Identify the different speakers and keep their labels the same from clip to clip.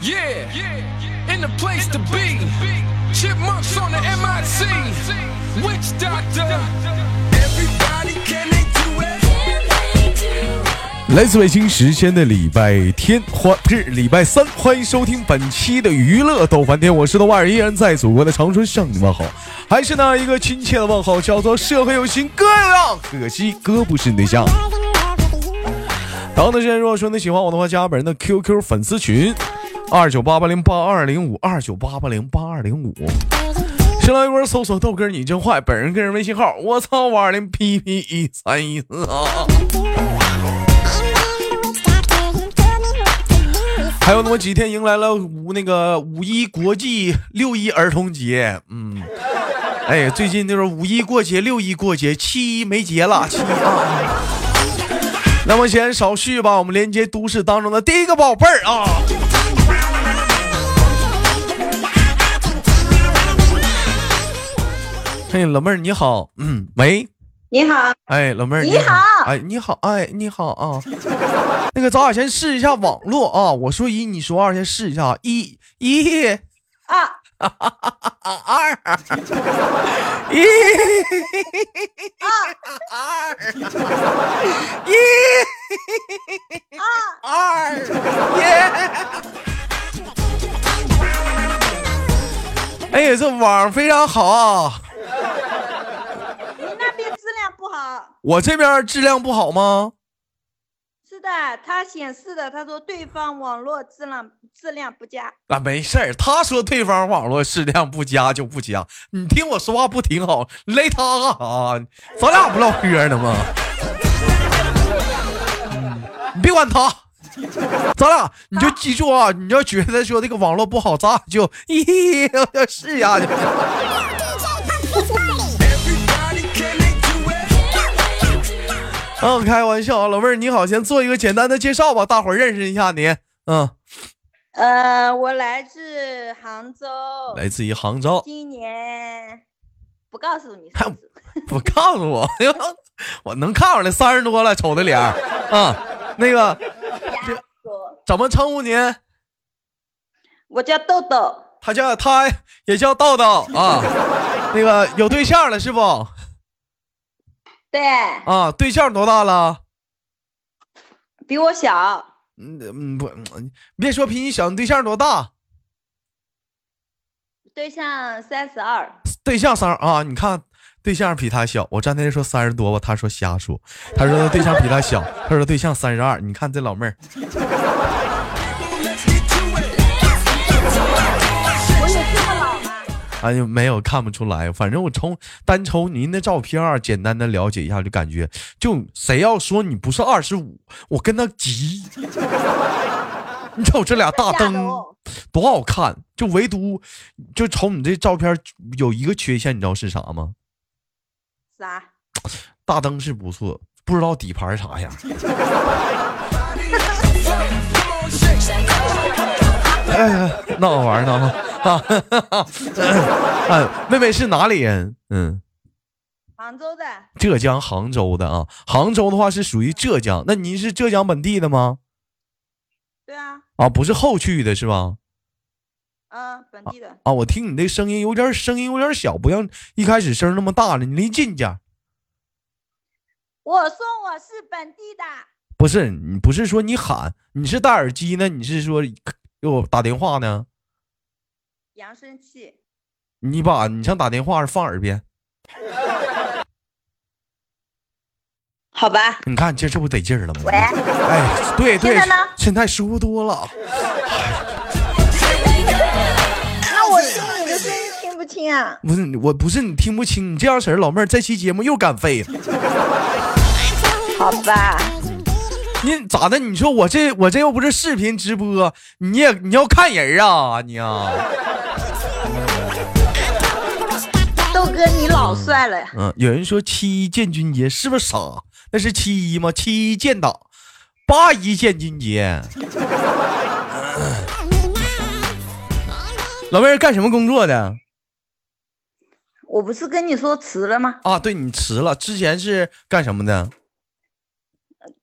Speaker 1: Yeah, in the place to be. Chipmunks on the MIC. Witch doctor. Everybody, can they do it?
Speaker 2: 来自北京时间的礼拜天，欢不是礼拜三，欢迎收听本期的娱乐逗翻天，我是豆瓣儿，依然在祖国的长春向你问好，还是那一个亲切的问候，叫做社会有情哥有样，啊可惜哥不是你对象。当的时间，如果说你喜欢我的话，加本人的 QQ 粉丝群二九八八零八二零五二九八八零八二零五。新浪微博搜索豆哥儿你真坏，本人个人微信号我操五二零 P P 一三一四啊。还有那么几天迎来了五那个五一国际六一儿童节，嗯，哎，最近就是五一过节、六一过节、七一没节了，七一啊。那么先少叙吧，我们连接都市当中的第一个宝贝儿啊，嘿，老妹儿你好，嗯，喂，
Speaker 3: 你好，
Speaker 2: 哎，老妹儿
Speaker 3: 你好
Speaker 2: 哎，你好，哎，你好啊，那个咱俩先试一下网络啊，我说一，你说二，先试一下啊，一一。
Speaker 3: 啊
Speaker 2: 啊二，一，二，一，二，耶！哎呀，这网非常好啊！
Speaker 3: 你那边质量不好。
Speaker 2: 我这边质量不好吗？
Speaker 3: 是的，它显示的，他说对方网络质量质量不佳。
Speaker 2: 啊，没事儿，他说对方网络质量不佳就不佳，你听我说话不挺好，你勒他干啥？啊咱俩不唠嗑呢吗？你别管他，咱俩你就记住啊，你要觉得说这个网络不好，咱俩就咦要试下去。
Speaker 1: Everybody, can they do it?
Speaker 2: 嗯，开玩笑啊，老妹儿你好，先做一个简单的介绍吧，大伙儿认识一下你。嗯，
Speaker 3: 呃，我来自杭州，
Speaker 2: 来自于杭州，
Speaker 3: 今年不告诉你
Speaker 2: 还
Speaker 3: 数字。
Speaker 2: 不告诉我， 我能看出来三十多了，瞅的脸儿啊、那个
Speaker 3: 瞎说，
Speaker 2: 怎么称呼您？
Speaker 3: 我叫豆豆，
Speaker 2: 他叫他也叫道道啊，那个有对象了是不？
Speaker 3: 对，
Speaker 2: 啊，对象多大了？
Speaker 3: 比我小，
Speaker 2: 嗯嗯不，嗯别说比你小，你对象多大？
Speaker 3: 对象三十二。
Speaker 2: 对象三啊，你看对象比他小，我站那说三十多吧，他说瞎说，他说他对象比他小，他说对象三十二，你看这老妹儿，
Speaker 1: Let's get to it.
Speaker 3: 我有这么老吗？
Speaker 2: 哎呀没有看不出来，反正我从单瞅您的照片儿，简单的了解一下就感觉，就谁要说你不是二十五，我跟他急。 你瞅这俩大
Speaker 3: 吓
Speaker 2: 灯
Speaker 3: 得。我
Speaker 2: 多好看，就唯独就瞅你这照片儿有一个缺陷，你知道是啥吗？
Speaker 3: 啥？
Speaker 2: 大灯是不错，不知道底盘啥样。
Speaker 1: Come on, shake, shake.
Speaker 2: 哎闹好玩儿呢啊！啊，妹妹是哪里人？嗯，
Speaker 3: 杭州的，
Speaker 2: 浙江杭州的啊。杭州的话是属于浙江，那您是浙江本地的吗？
Speaker 3: 对啊，
Speaker 2: 啊，不是后去的是吧？
Speaker 3: 嗯、本地的。
Speaker 2: 啊，我听你这声音有点儿声音有点儿小，不像一开始声儿那么大了。你离近点儿。
Speaker 3: 我说我是本地的，
Speaker 2: 不是你不是说你喊，你是戴耳机呢？你是说给我打电话呢？
Speaker 3: 扬声器。
Speaker 2: 你把你像打电话似的放耳边，
Speaker 3: 好吧，
Speaker 2: 你看这这不得劲儿了吗？
Speaker 3: 喂，
Speaker 2: 哎，对对，
Speaker 3: 现在呢
Speaker 2: 现在舒服多了。
Speaker 3: 那我听你的声音听不清啊。
Speaker 2: 不是我不是你听不清，你这样式儿，老妹儿这期节目又敢飞了。
Speaker 3: 好吧，
Speaker 2: 你咋的？你说我这我这又不是视频直播，你也你要看人儿啊你啊？
Speaker 3: 豆哥你老帅了呀！
Speaker 2: 嗯，有人说七一建军节是不是傻？那是七一吗？七一建党，八一建军节。老妹儿干什么工作的？
Speaker 3: 我不是跟你说辞了吗？
Speaker 2: 啊，对你辞了，之前是干什么的？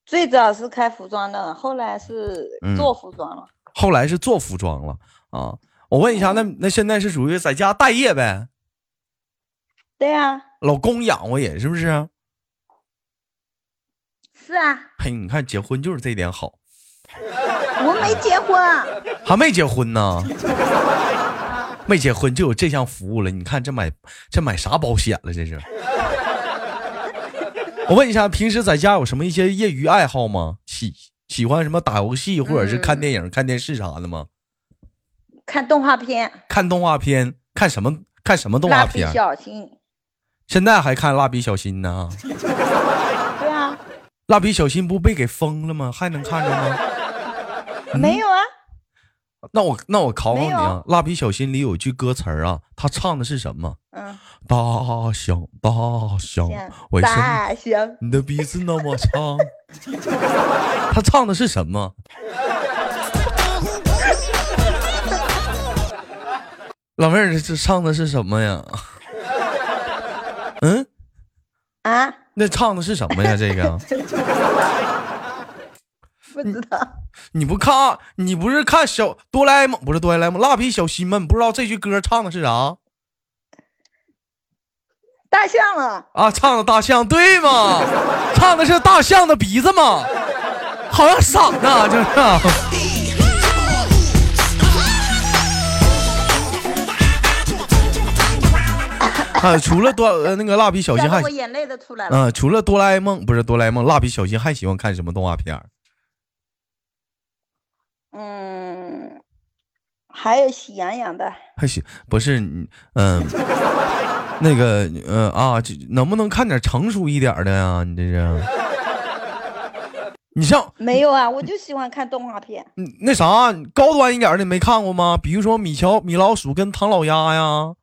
Speaker 3: 最早是开服装的，后来是
Speaker 2: 嗯
Speaker 3: 做服装了。
Speaker 2: 后来是做服装了啊。我问一下，那那现在是属于在家待业呗？
Speaker 3: 对啊呀、
Speaker 2: 老公养活也是不是？
Speaker 3: 是啊，
Speaker 2: 嘿，你看结婚就是这点好，
Speaker 3: 我没结婚，啊
Speaker 2: 还没结婚呢， 没结婚就有这项服务了。你看这买这买啥保险了？这是。 我问一下，平时在家有什么一些业余爱好吗？喜喜欢什么打游戏，或者是看电影、看电视啥的吗？
Speaker 3: 看动画片，
Speaker 2: 看动画片，看什么看什么动画
Speaker 3: 蜡笔
Speaker 2: 片？
Speaker 3: 小新，
Speaker 2: 现在还看蜡笔小新呢？
Speaker 3: 对啊，
Speaker 2: 蜡笔小新不被给封了吗？还能看着吗？嗯
Speaker 3: 没有啊，
Speaker 2: 那我那我考考你
Speaker 3: 没
Speaker 2: 啊
Speaker 3: 有，
Speaker 2: 《蜡笔小新》里有句歌词儿啊，他唱的是什么？
Speaker 3: 嗯，
Speaker 2: 大象，大象
Speaker 3: 行，
Speaker 2: 为什么
Speaker 3: 大象，
Speaker 2: 你的鼻子那么 长？他唱的是什么？老妹儿，这唱的是什么 呀？嗯，
Speaker 3: 啊，
Speaker 2: 那唱的是什么呀？这个
Speaker 3: 不知道，
Speaker 2: 你不看，你不是看小哆啦 A 梦，不是哆啦 A 梦，蜡笔小新吗？你不知道这句歌唱的是啥
Speaker 3: 大象了，
Speaker 2: 啊？唱的大象对吗？唱的是大象的鼻子吗？好像傻呢，就是。 啊，除了哆呃那个蜡笔小
Speaker 3: 吓
Speaker 2: 新还
Speaker 3: 得我，眼泪都出来了。
Speaker 2: 嗯、除了哆啦 A 梦不是哆啦 A 梦，蜡笔小新还喜欢看什么动画片儿？
Speaker 3: 嗯，还有喜羊羊的，
Speaker 2: 还行，不是，嗯、嗯那个，呃啊，这能不能看点成熟一点儿的呀？你这是，你像
Speaker 3: 没有啊，我就喜欢看动画片。
Speaker 2: 嗯那啥高端一点儿的没看过吗？比如说米乔、米老鼠跟唐老鸭呀，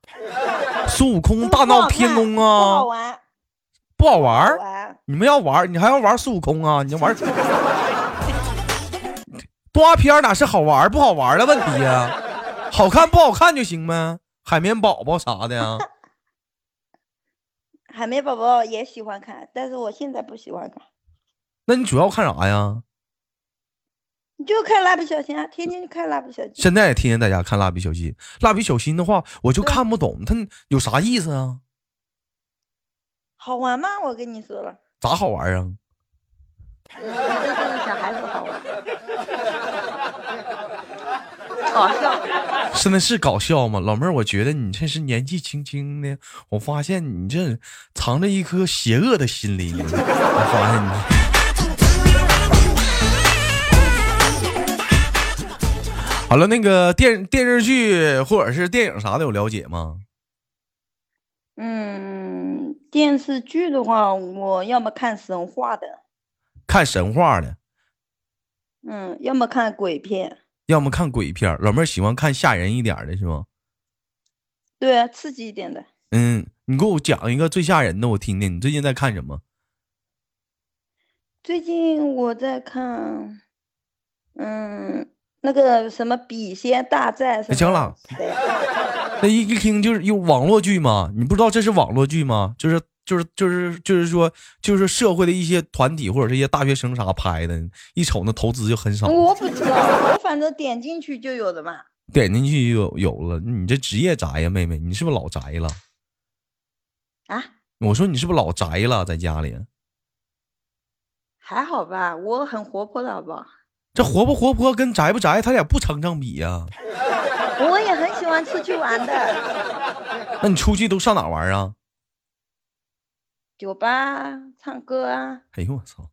Speaker 2: 孙悟空嗯大闹天宫
Speaker 3: 不好
Speaker 2: 啊，
Speaker 3: 玩，
Speaker 2: 不好玩
Speaker 3: 不好
Speaker 2: 儿。
Speaker 3: 玩，
Speaker 2: 你们要玩儿，你还要玩孙悟空啊？你要玩儿 动画片儿哪是好玩儿不好玩儿的问题呀、好看不好看就行呗，海绵宝宝啥的呀。
Speaker 3: 海绵宝宝也喜欢看，但是我现在不喜欢看。
Speaker 2: 那你主要看啥呀？
Speaker 3: 你就看蜡笔小新啊，天天就看蜡笔小新。
Speaker 2: 现在也天天在家看蜡笔小新。蜡笔小新的话，我就看不懂它有啥意思啊？
Speaker 3: 好玩吗？我跟你说了，
Speaker 2: 咋好玩啊？
Speaker 3: 我觉得这 个小孩子好玩， 搞笑。
Speaker 2: 真的是搞笑吗？老妹儿，我觉得你这是年纪轻轻的，我发现你这藏着一颗邪恶的心理。我发现你。好了，那个电电视剧或者是电影啥的有了解吗？
Speaker 3: 嗯，电视剧的话，我要么看神话的，
Speaker 2: 看神话的，
Speaker 3: 嗯，要么看鬼片，
Speaker 2: 要么看鬼片儿。老妹儿喜欢看吓人一点儿的是吗？
Speaker 3: 对啊，刺激一点的。
Speaker 2: 嗯，你给我讲一个最吓人的，我听听。你最近在看什么？
Speaker 3: 最近我在看，嗯，那个什么《笔仙大战》什
Speaker 2: 行
Speaker 3: 么
Speaker 2: 了
Speaker 3: 谁呀
Speaker 2: 那一一听就是有网络剧吗？你不知道这是网络剧吗？就是就是就是就是说就是社会的一些团体或者是一些大学生啥拍的，一瞅那投资就很少，
Speaker 3: 我不知道，我反正点进去就有的嘛。
Speaker 2: 点进去就有有了。你这职业宅呀，妹妹，你是不是老宅了？
Speaker 3: 啊，
Speaker 2: 我说你是不是老宅了，在家里
Speaker 3: 还好吧，我很活泼的好不好？
Speaker 2: 这活不活泼跟宅不宅，他俩不成正比啊呀、
Speaker 3: 我也很喜欢出去玩的，
Speaker 2: 那你出去都上哪玩啊？
Speaker 3: 酒吧啊、唱歌啊，
Speaker 2: 哎呦我操，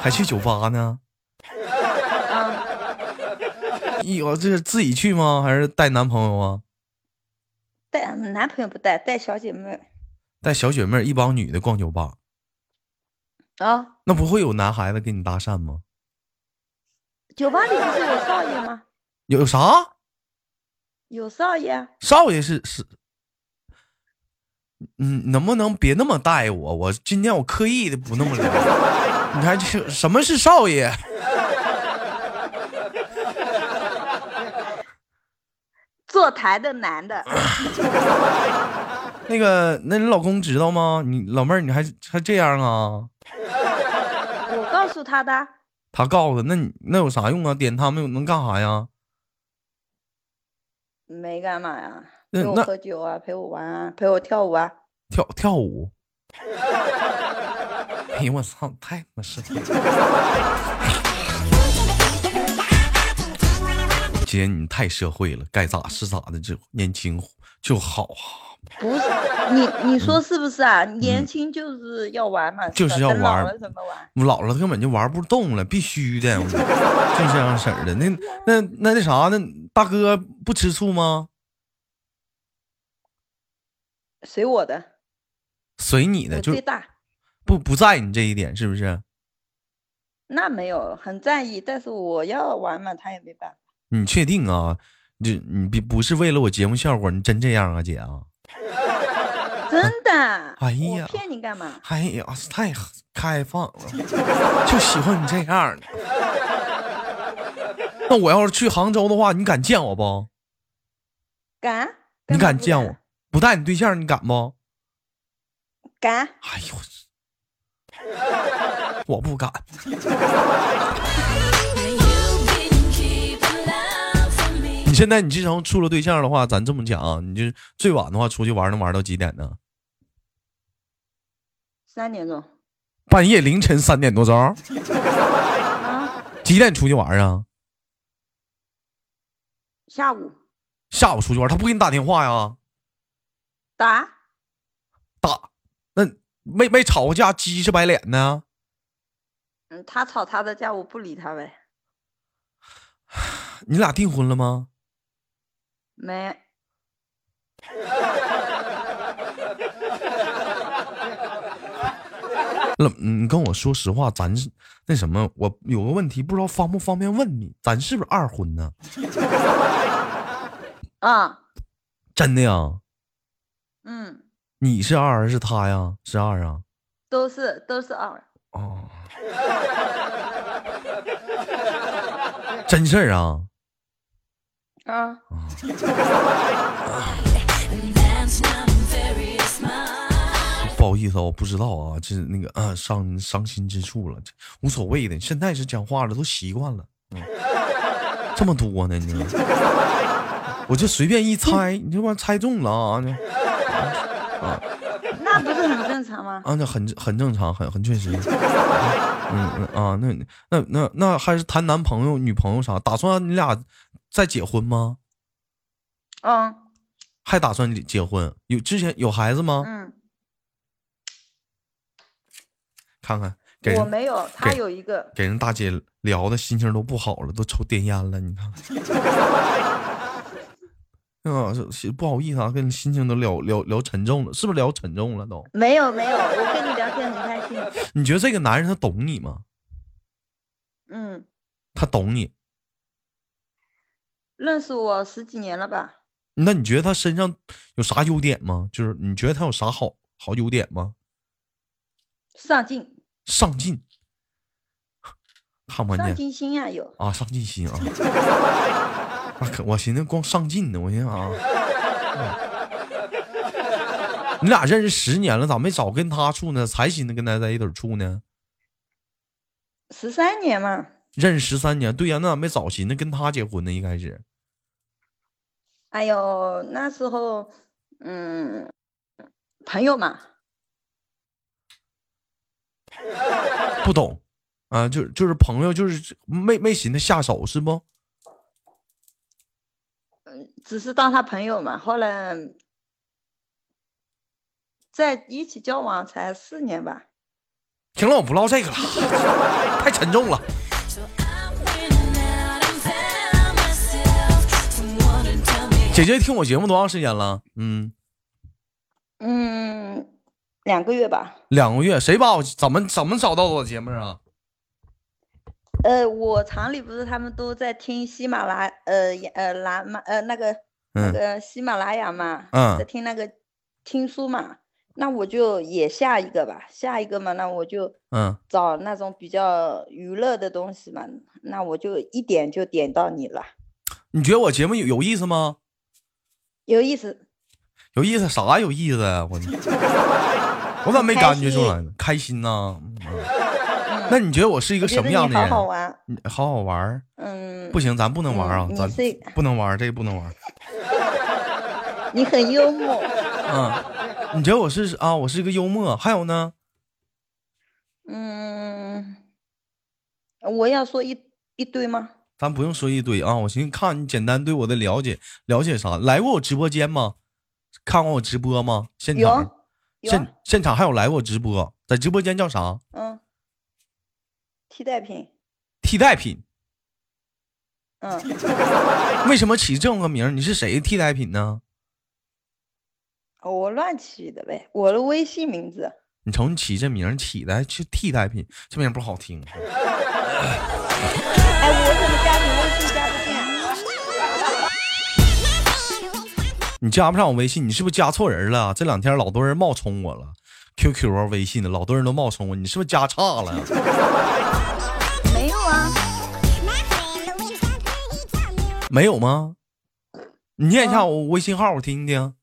Speaker 2: 还去酒吧呢？
Speaker 3: 啊，
Speaker 2: 一我这是自己去吗？还是带男朋友啊？
Speaker 3: 带男朋友不带，带小姐妹
Speaker 2: 带小姐妹儿一帮女的逛酒吧，
Speaker 3: 啊。
Speaker 2: 那不会有男孩子跟你搭讪吗？
Speaker 3: 酒吧里不是有少爷吗？
Speaker 2: 有啥
Speaker 3: 有少爷啊，
Speaker 2: 少爷是是，嗯，能不能别那么带我？我今天我刻意的不那么聊。 你看这什么是少爷？
Speaker 3: 坐台的男的，
Speaker 2: 那个，那你老公知道吗？你老妹儿你还还这样啊？
Speaker 3: 我告诉他的，
Speaker 2: 他告诉他，那你那有啥用啊？点他们又能干啥呀？
Speaker 3: 没干嘛呀，
Speaker 2: 那
Speaker 3: 陪我
Speaker 2: 那
Speaker 3: 喝酒啊，陪我玩啊，陪我跳舞啊。
Speaker 2: 跳跳舞。 哎呦我操，太他妈是！ 姐，你太社会了，该咋是咋的，这年轻就好啊，
Speaker 3: 不是 你，你说是不是啊？年轻就是要玩嘛，
Speaker 2: 嗯就是
Speaker 3: 吧
Speaker 2: 要
Speaker 3: 等老
Speaker 2: 玩
Speaker 3: 了怎么玩？
Speaker 2: 我老了根本就玩不动了，必须的，我就这样式儿的。那那那那啥，那大哥不吃醋吗？
Speaker 3: 随我的，
Speaker 2: 随你的，
Speaker 3: 我
Speaker 2: 就
Speaker 3: 最大。
Speaker 2: 不不在你这一点，是不是？
Speaker 3: 那没有很在意，但是我要玩嘛，他也没办法。
Speaker 2: 你确定啊？你这你别不是为了我节目效果，你真这样啊，姐啊？
Speaker 3: 真的，
Speaker 2: 哎
Speaker 3: 我
Speaker 2: 呀
Speaker 3: 骗你干嘛？
Speaker 2: 哎呀，太开放了，就喜欢你这样的。那我要是去杭州的话，你敢见我不？
Speaker 3: 敢？
Speaker 2: 你
Speaker 3: 干嘛
Speaker 2: 敢
Speaker 3: 不
Speaker 2: 见我？？不带你对象，你敢不？
Speaker 3: 敢，
Speaker 2: 哎呦，我 我不敢。你现在你自从处了对象的话，咱这么讲啊，你就最晚的话出去玩能玩到几点呢？
Speaker 3: 三点钟
Speaker 2: 半夜凌晨三点多钟，
Speaker 3: 啊，
Speaker 2: 几点出去玩啊？
Speaker 3: 下午
Speaker 2: 下午出去玩，他不给你打电话呀？
Speaker 3: 打
Speaker 2: 打，那没没吵过架，鸡是白脸呢？
Speaker 3: 嗯，他吵他的架，我不理他呗。
Speaker 2: 你俩订婚了吗？
Speaker 3: 没，
Speaker 2: 那嗯你跟我说实话，咱是那什么，我有个问题，不知道方不方便问你，咱是不是二婚呢？
Speaker 3: 啊，
Speaker 2: 真的呀？
Speaker 3: 嗯，
Speaker 2: 你是二还是他呀？是二啊？
Speaker 3: 都是都是二，
Speaker 2: 哦， 真事儿啊！
Speaker 3: 啊，
Speaker 2: 不好意思啊，我不知道啊，这那个啊伤伤心之处了，这无所谓的，现在是讲话了，都习惯了。嗯，这么多呢，你这我就随便一猜，你这玩意儿猜中了啊！这
Speaker 3: 那不是很正常吗？
Speaker 2: 啊，那很很正常，很很确实。嗯嗯啊，那那那那还是谈男朋友、女朋友啥？打算你俩再结婚吗？
Speaker 3: 嗯
Speaker 2: 还打算结婚？有之前有孩子吗？
Speaker 3: 嗯，
Speaker 2: 看看给人
Speaker 3: 我没有，他
Speaker 2: 给
Speaker 3: 有一个，
Speaker 2: 给人大姐聊的心情都不好了，都抽电烟了，你看。 啊，是是不好意思啊，跟你心情都聊聊聊沉重了，是不是聊沉重了都？
Speaker 3: 没有没有，我跟你聊天很开心，
Speaker 2: 你觉得这个男人他懂你吗？
Speaker 3: 嗯，
Speaker 2: 他懂你？
Speaker 3: 认识我十几年了吧？
Speaker 2: 那你觉得他身上有啥优点吗？就是你觉得他有啥好好优点吗？
Speaker 3: 上进，
Speaker 2: 上进， 看不
Speaker 3: 上
Speaker 2: 看见
Speaker 3: 进心啊有，
Speaker 2: 啊？上进心啊！ 那可我寻思光上进呢，我寻思啊。啊你俩认识十年了，咋没早跟他处呢？才寻思跟他在一起处呢？
Speaker 3: 十三年嘛，
Speaker 2: 认识十三年，对呀、那咋没早寻思跟他结婚呢？一开始
Speaker 3: 哎呦，那时候，嗯，朋友嘛，
Speaker 2: 不懂啊，就就是朋友，就是没没寻思下手是不？
Speaker 3: 只是当他朋友嘛，后来在一起交往才四年吧。
Speaker 2: 行了，我不唠这个了，太沉重了。姐姐听我节目多长时间了？嗯，
Speaker 3: 嗯，两个月吧。
Speaker 2: 两个月。谁把我怎么怎么找到我节目啊？
Speaker 3: 呃，我厂里不是他们都在听喜马拉呃也呃拉嘛呃那个那
Speaker 2: 嗯
Speaker 3: 个喜马拉雅嘛，
Speaker 2: 嗯
Speaker 3: 在听那个听书嘛，那我就也下一个吧，下一个嘛，那我就
Speaker 2: 嗯，
Speaker 3: 找那种比较娱乐的东西嘛，那我就一点就点到你了，
Speaker 2: 你觉得我节目有有意思吗？
Speaker 3: 有意思，
Speaker 2: 有意思啥有 意思呀、我我咋没感觉出来呢？开心呐、嗯
Speaker 3: 嗯，嗯，
Speaker 2: 那你觉得我是一
Speaker 3: 一
Speaker 2: 个什么样的人？
Speaker 3: 好好玩，
Speaker 2: 你好好玩儿，
Speaker 3: 嗯，
Speaker 2: 不，行，咱不能玩儿啊，
Speaker 3: 嗯
Speaker 2: 咱
Speaker 3: 你是一个
Speaker 2: 不能玩儿，这个不能玩儿。
Speaker 3: 你很幽默，
Speaker 2: 嗯，你觉得我是啊？我是一个幽默，还有呢？
Speaker 3: 嗯，我要说一一堆吗？
Speaker 2: 咱不用说一堆啊，我寻思看你简单对我的了解了解啥？来过我直播间吗？看过我直播吗？现
Speaker 3: 有啊
Speaker 2: 场
Speaker 3: 有，
Speaker 2: 现现场还有来过我直播，在直播间叫啥？
Speaker 3: 嗯，替代品，
Speaker 2: 替代品？
Speaker 3: 嗯，
Speaker 2: 为什么起这么个名儿？你是谁的替代品呢？
Speaker 3: 哦我乱起的呗，我的微信名字，
Speaker 2: 你瞅你起这名儿起的还去替代品，这名儿不好听。啊
Speaker 3: 哎，我怎么加你微信加不进啊？
Speaker 2: 你加不上我微信，你是不是加错人了？这两天老多人冒充我了，QQ 啊、微信的，老多人都冒充我，你是不是加差了？
Speaker 3: 没有啊，
Speaker 2: 没有吗？你念一下我微信号，我听听。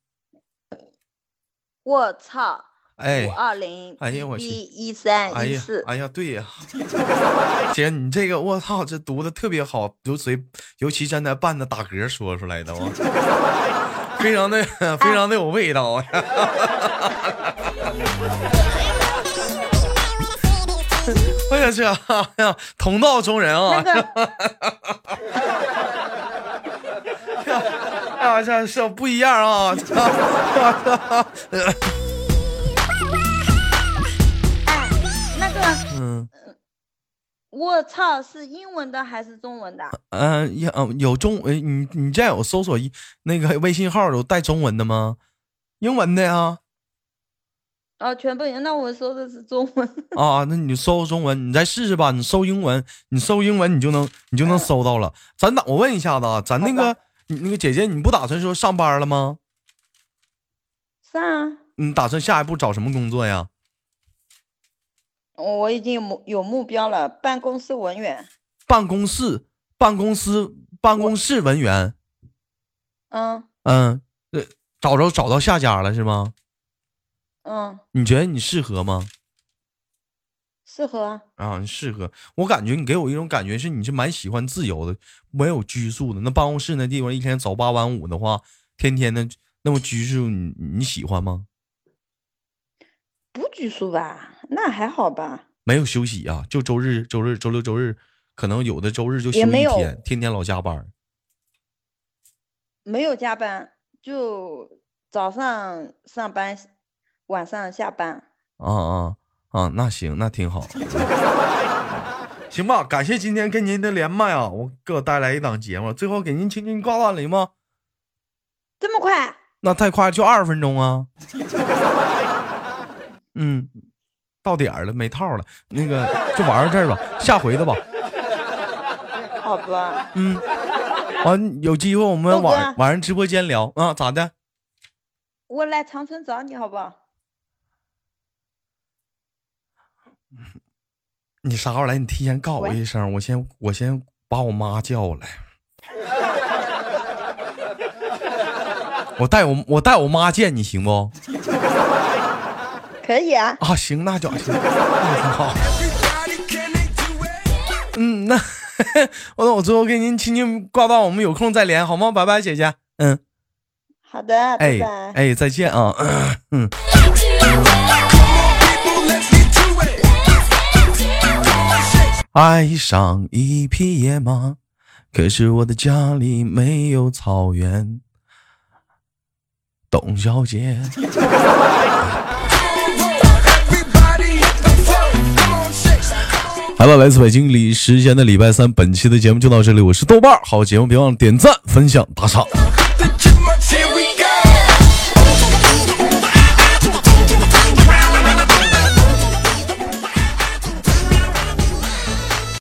Speaker 3: 我操，
Speaker 2: 哎
Speaker 3: 五，二零，
Speaker 2: 哎呀我去
Speaker 3: 一一三
Speaker 2: 哎
Speaker 3: 一
Speaker 2: 呀
Speaker 3: 四，，
Speaker 2: 哎呀，对呀， 姐，你这个我操，这读的特别好，尤其尤其真的伴着打嗝说出来的，我 非常的非常的有味道。啊哎呀，这哎呀，同道中人啊！
Speaker 3: 那 个。
Speaker 2: 啊，这是不一样 啊！
Speaker 3: 哎，那个，
Speaker 2: 嗯
Speaker 3: 我操，是英文的还是中文的？
Speaker 2: 嗯，有有中，呃你你这有搜索一那个微信号有带中文的吗？英文的呀？
Speaker 3: 哦，全部有。那我说的是中文。
Speaker 2: 啊，那你就搜中文，你再试试吧。你搜英文，你搜英文，你就能你就能搜到了。咱打，我问一下子啊，咱那个你那个姐姐，你不打算说上班了吗？
Speaker 3: 是啊，
Speaker 2: 你打算下一步找什么工作呀？
Speaker 3: 我已经有目有目标了，办公室文员。
Speaker 2: 办公室办公司办公室文员，
Speaker 3: 嗯
Speaker 2: 嗯，呃，找着找到下家了是吗？
Speaker 3: 嗯，
Speaker 2: 你觉得你适合吗？
Speaker 3: 适合啊。
Speaker 2: 啊，你适合。我感觉你给我一种感觉是你是蛮喜欢自由的，没有拘束的。那办公室那地方一天早八晚五的话，天天的那么拘束，你你喜欢吗？
Speaker 3: 不拘束吧？那还好吧。
Speaker 2: 没有休息啊，就周日、周日、周六、周日，可能有的周日就休
Speaker 3: 也
Speaker 2: 一
Speaker 3: 没有
Speaker 2: 天，天天老加班儿。
Speaker 3: 没有加班，就早上上班，晚上下班。
Speaker 2: 啊啊啊！那行，那挺好。 行吧，感谢今天跟您的连麦啊，我给我带来一档节目，最后给您轻轻挂断铃吗？
Speaker 3: 这么快？
Speaker 2: 那太快，就二十分钟啊。嗯，到点儿了，没套了，那个就玩到这儿吧，下回的吧。
Speaker 3: 好吧。
Speaker 2: 嗯，完有机会我们
Speaker 3: 豆哥
Speaker 2: 晚晚上直播间聊啊，咋的？
Speaker 3: 我来长春找你好不好？
Speaker 2: 你啥时候来？你提前告我
Speaker 3: 喂
Speaker 2: 一声，我先我先把我妈叫来。 我带我我带我妈见你行不？
Speaker 3: 可以啊。
Speaker 2: 啊，行，那就行，那挺好。
Speaker 1: Everybody, can they do it?
Speaker 2: 嗯，那我我最后给您轻轻挂断，我们有空再连好吗？拜拜，姐姐。嗯，
Speaker 3: 好的，拜
Speaker 2: 哎
Speaker 3: 拜。
Speaker 2: 哎，再见啊。嗯，
Speaker 1: People, let's get to it. Shake,
Speaker 2: 爱上一匹野马，可是我的家里没有草原。董小姐，
Speaker 1: Everybody hit the floor. Come on, shake.
Speaker 2: 好了，来自北京里时间的礼拜三，本期的节目就到这里，我是豆瓣儿，好节目别忘了点赞、分享、打赏。
Speaker 1: The chit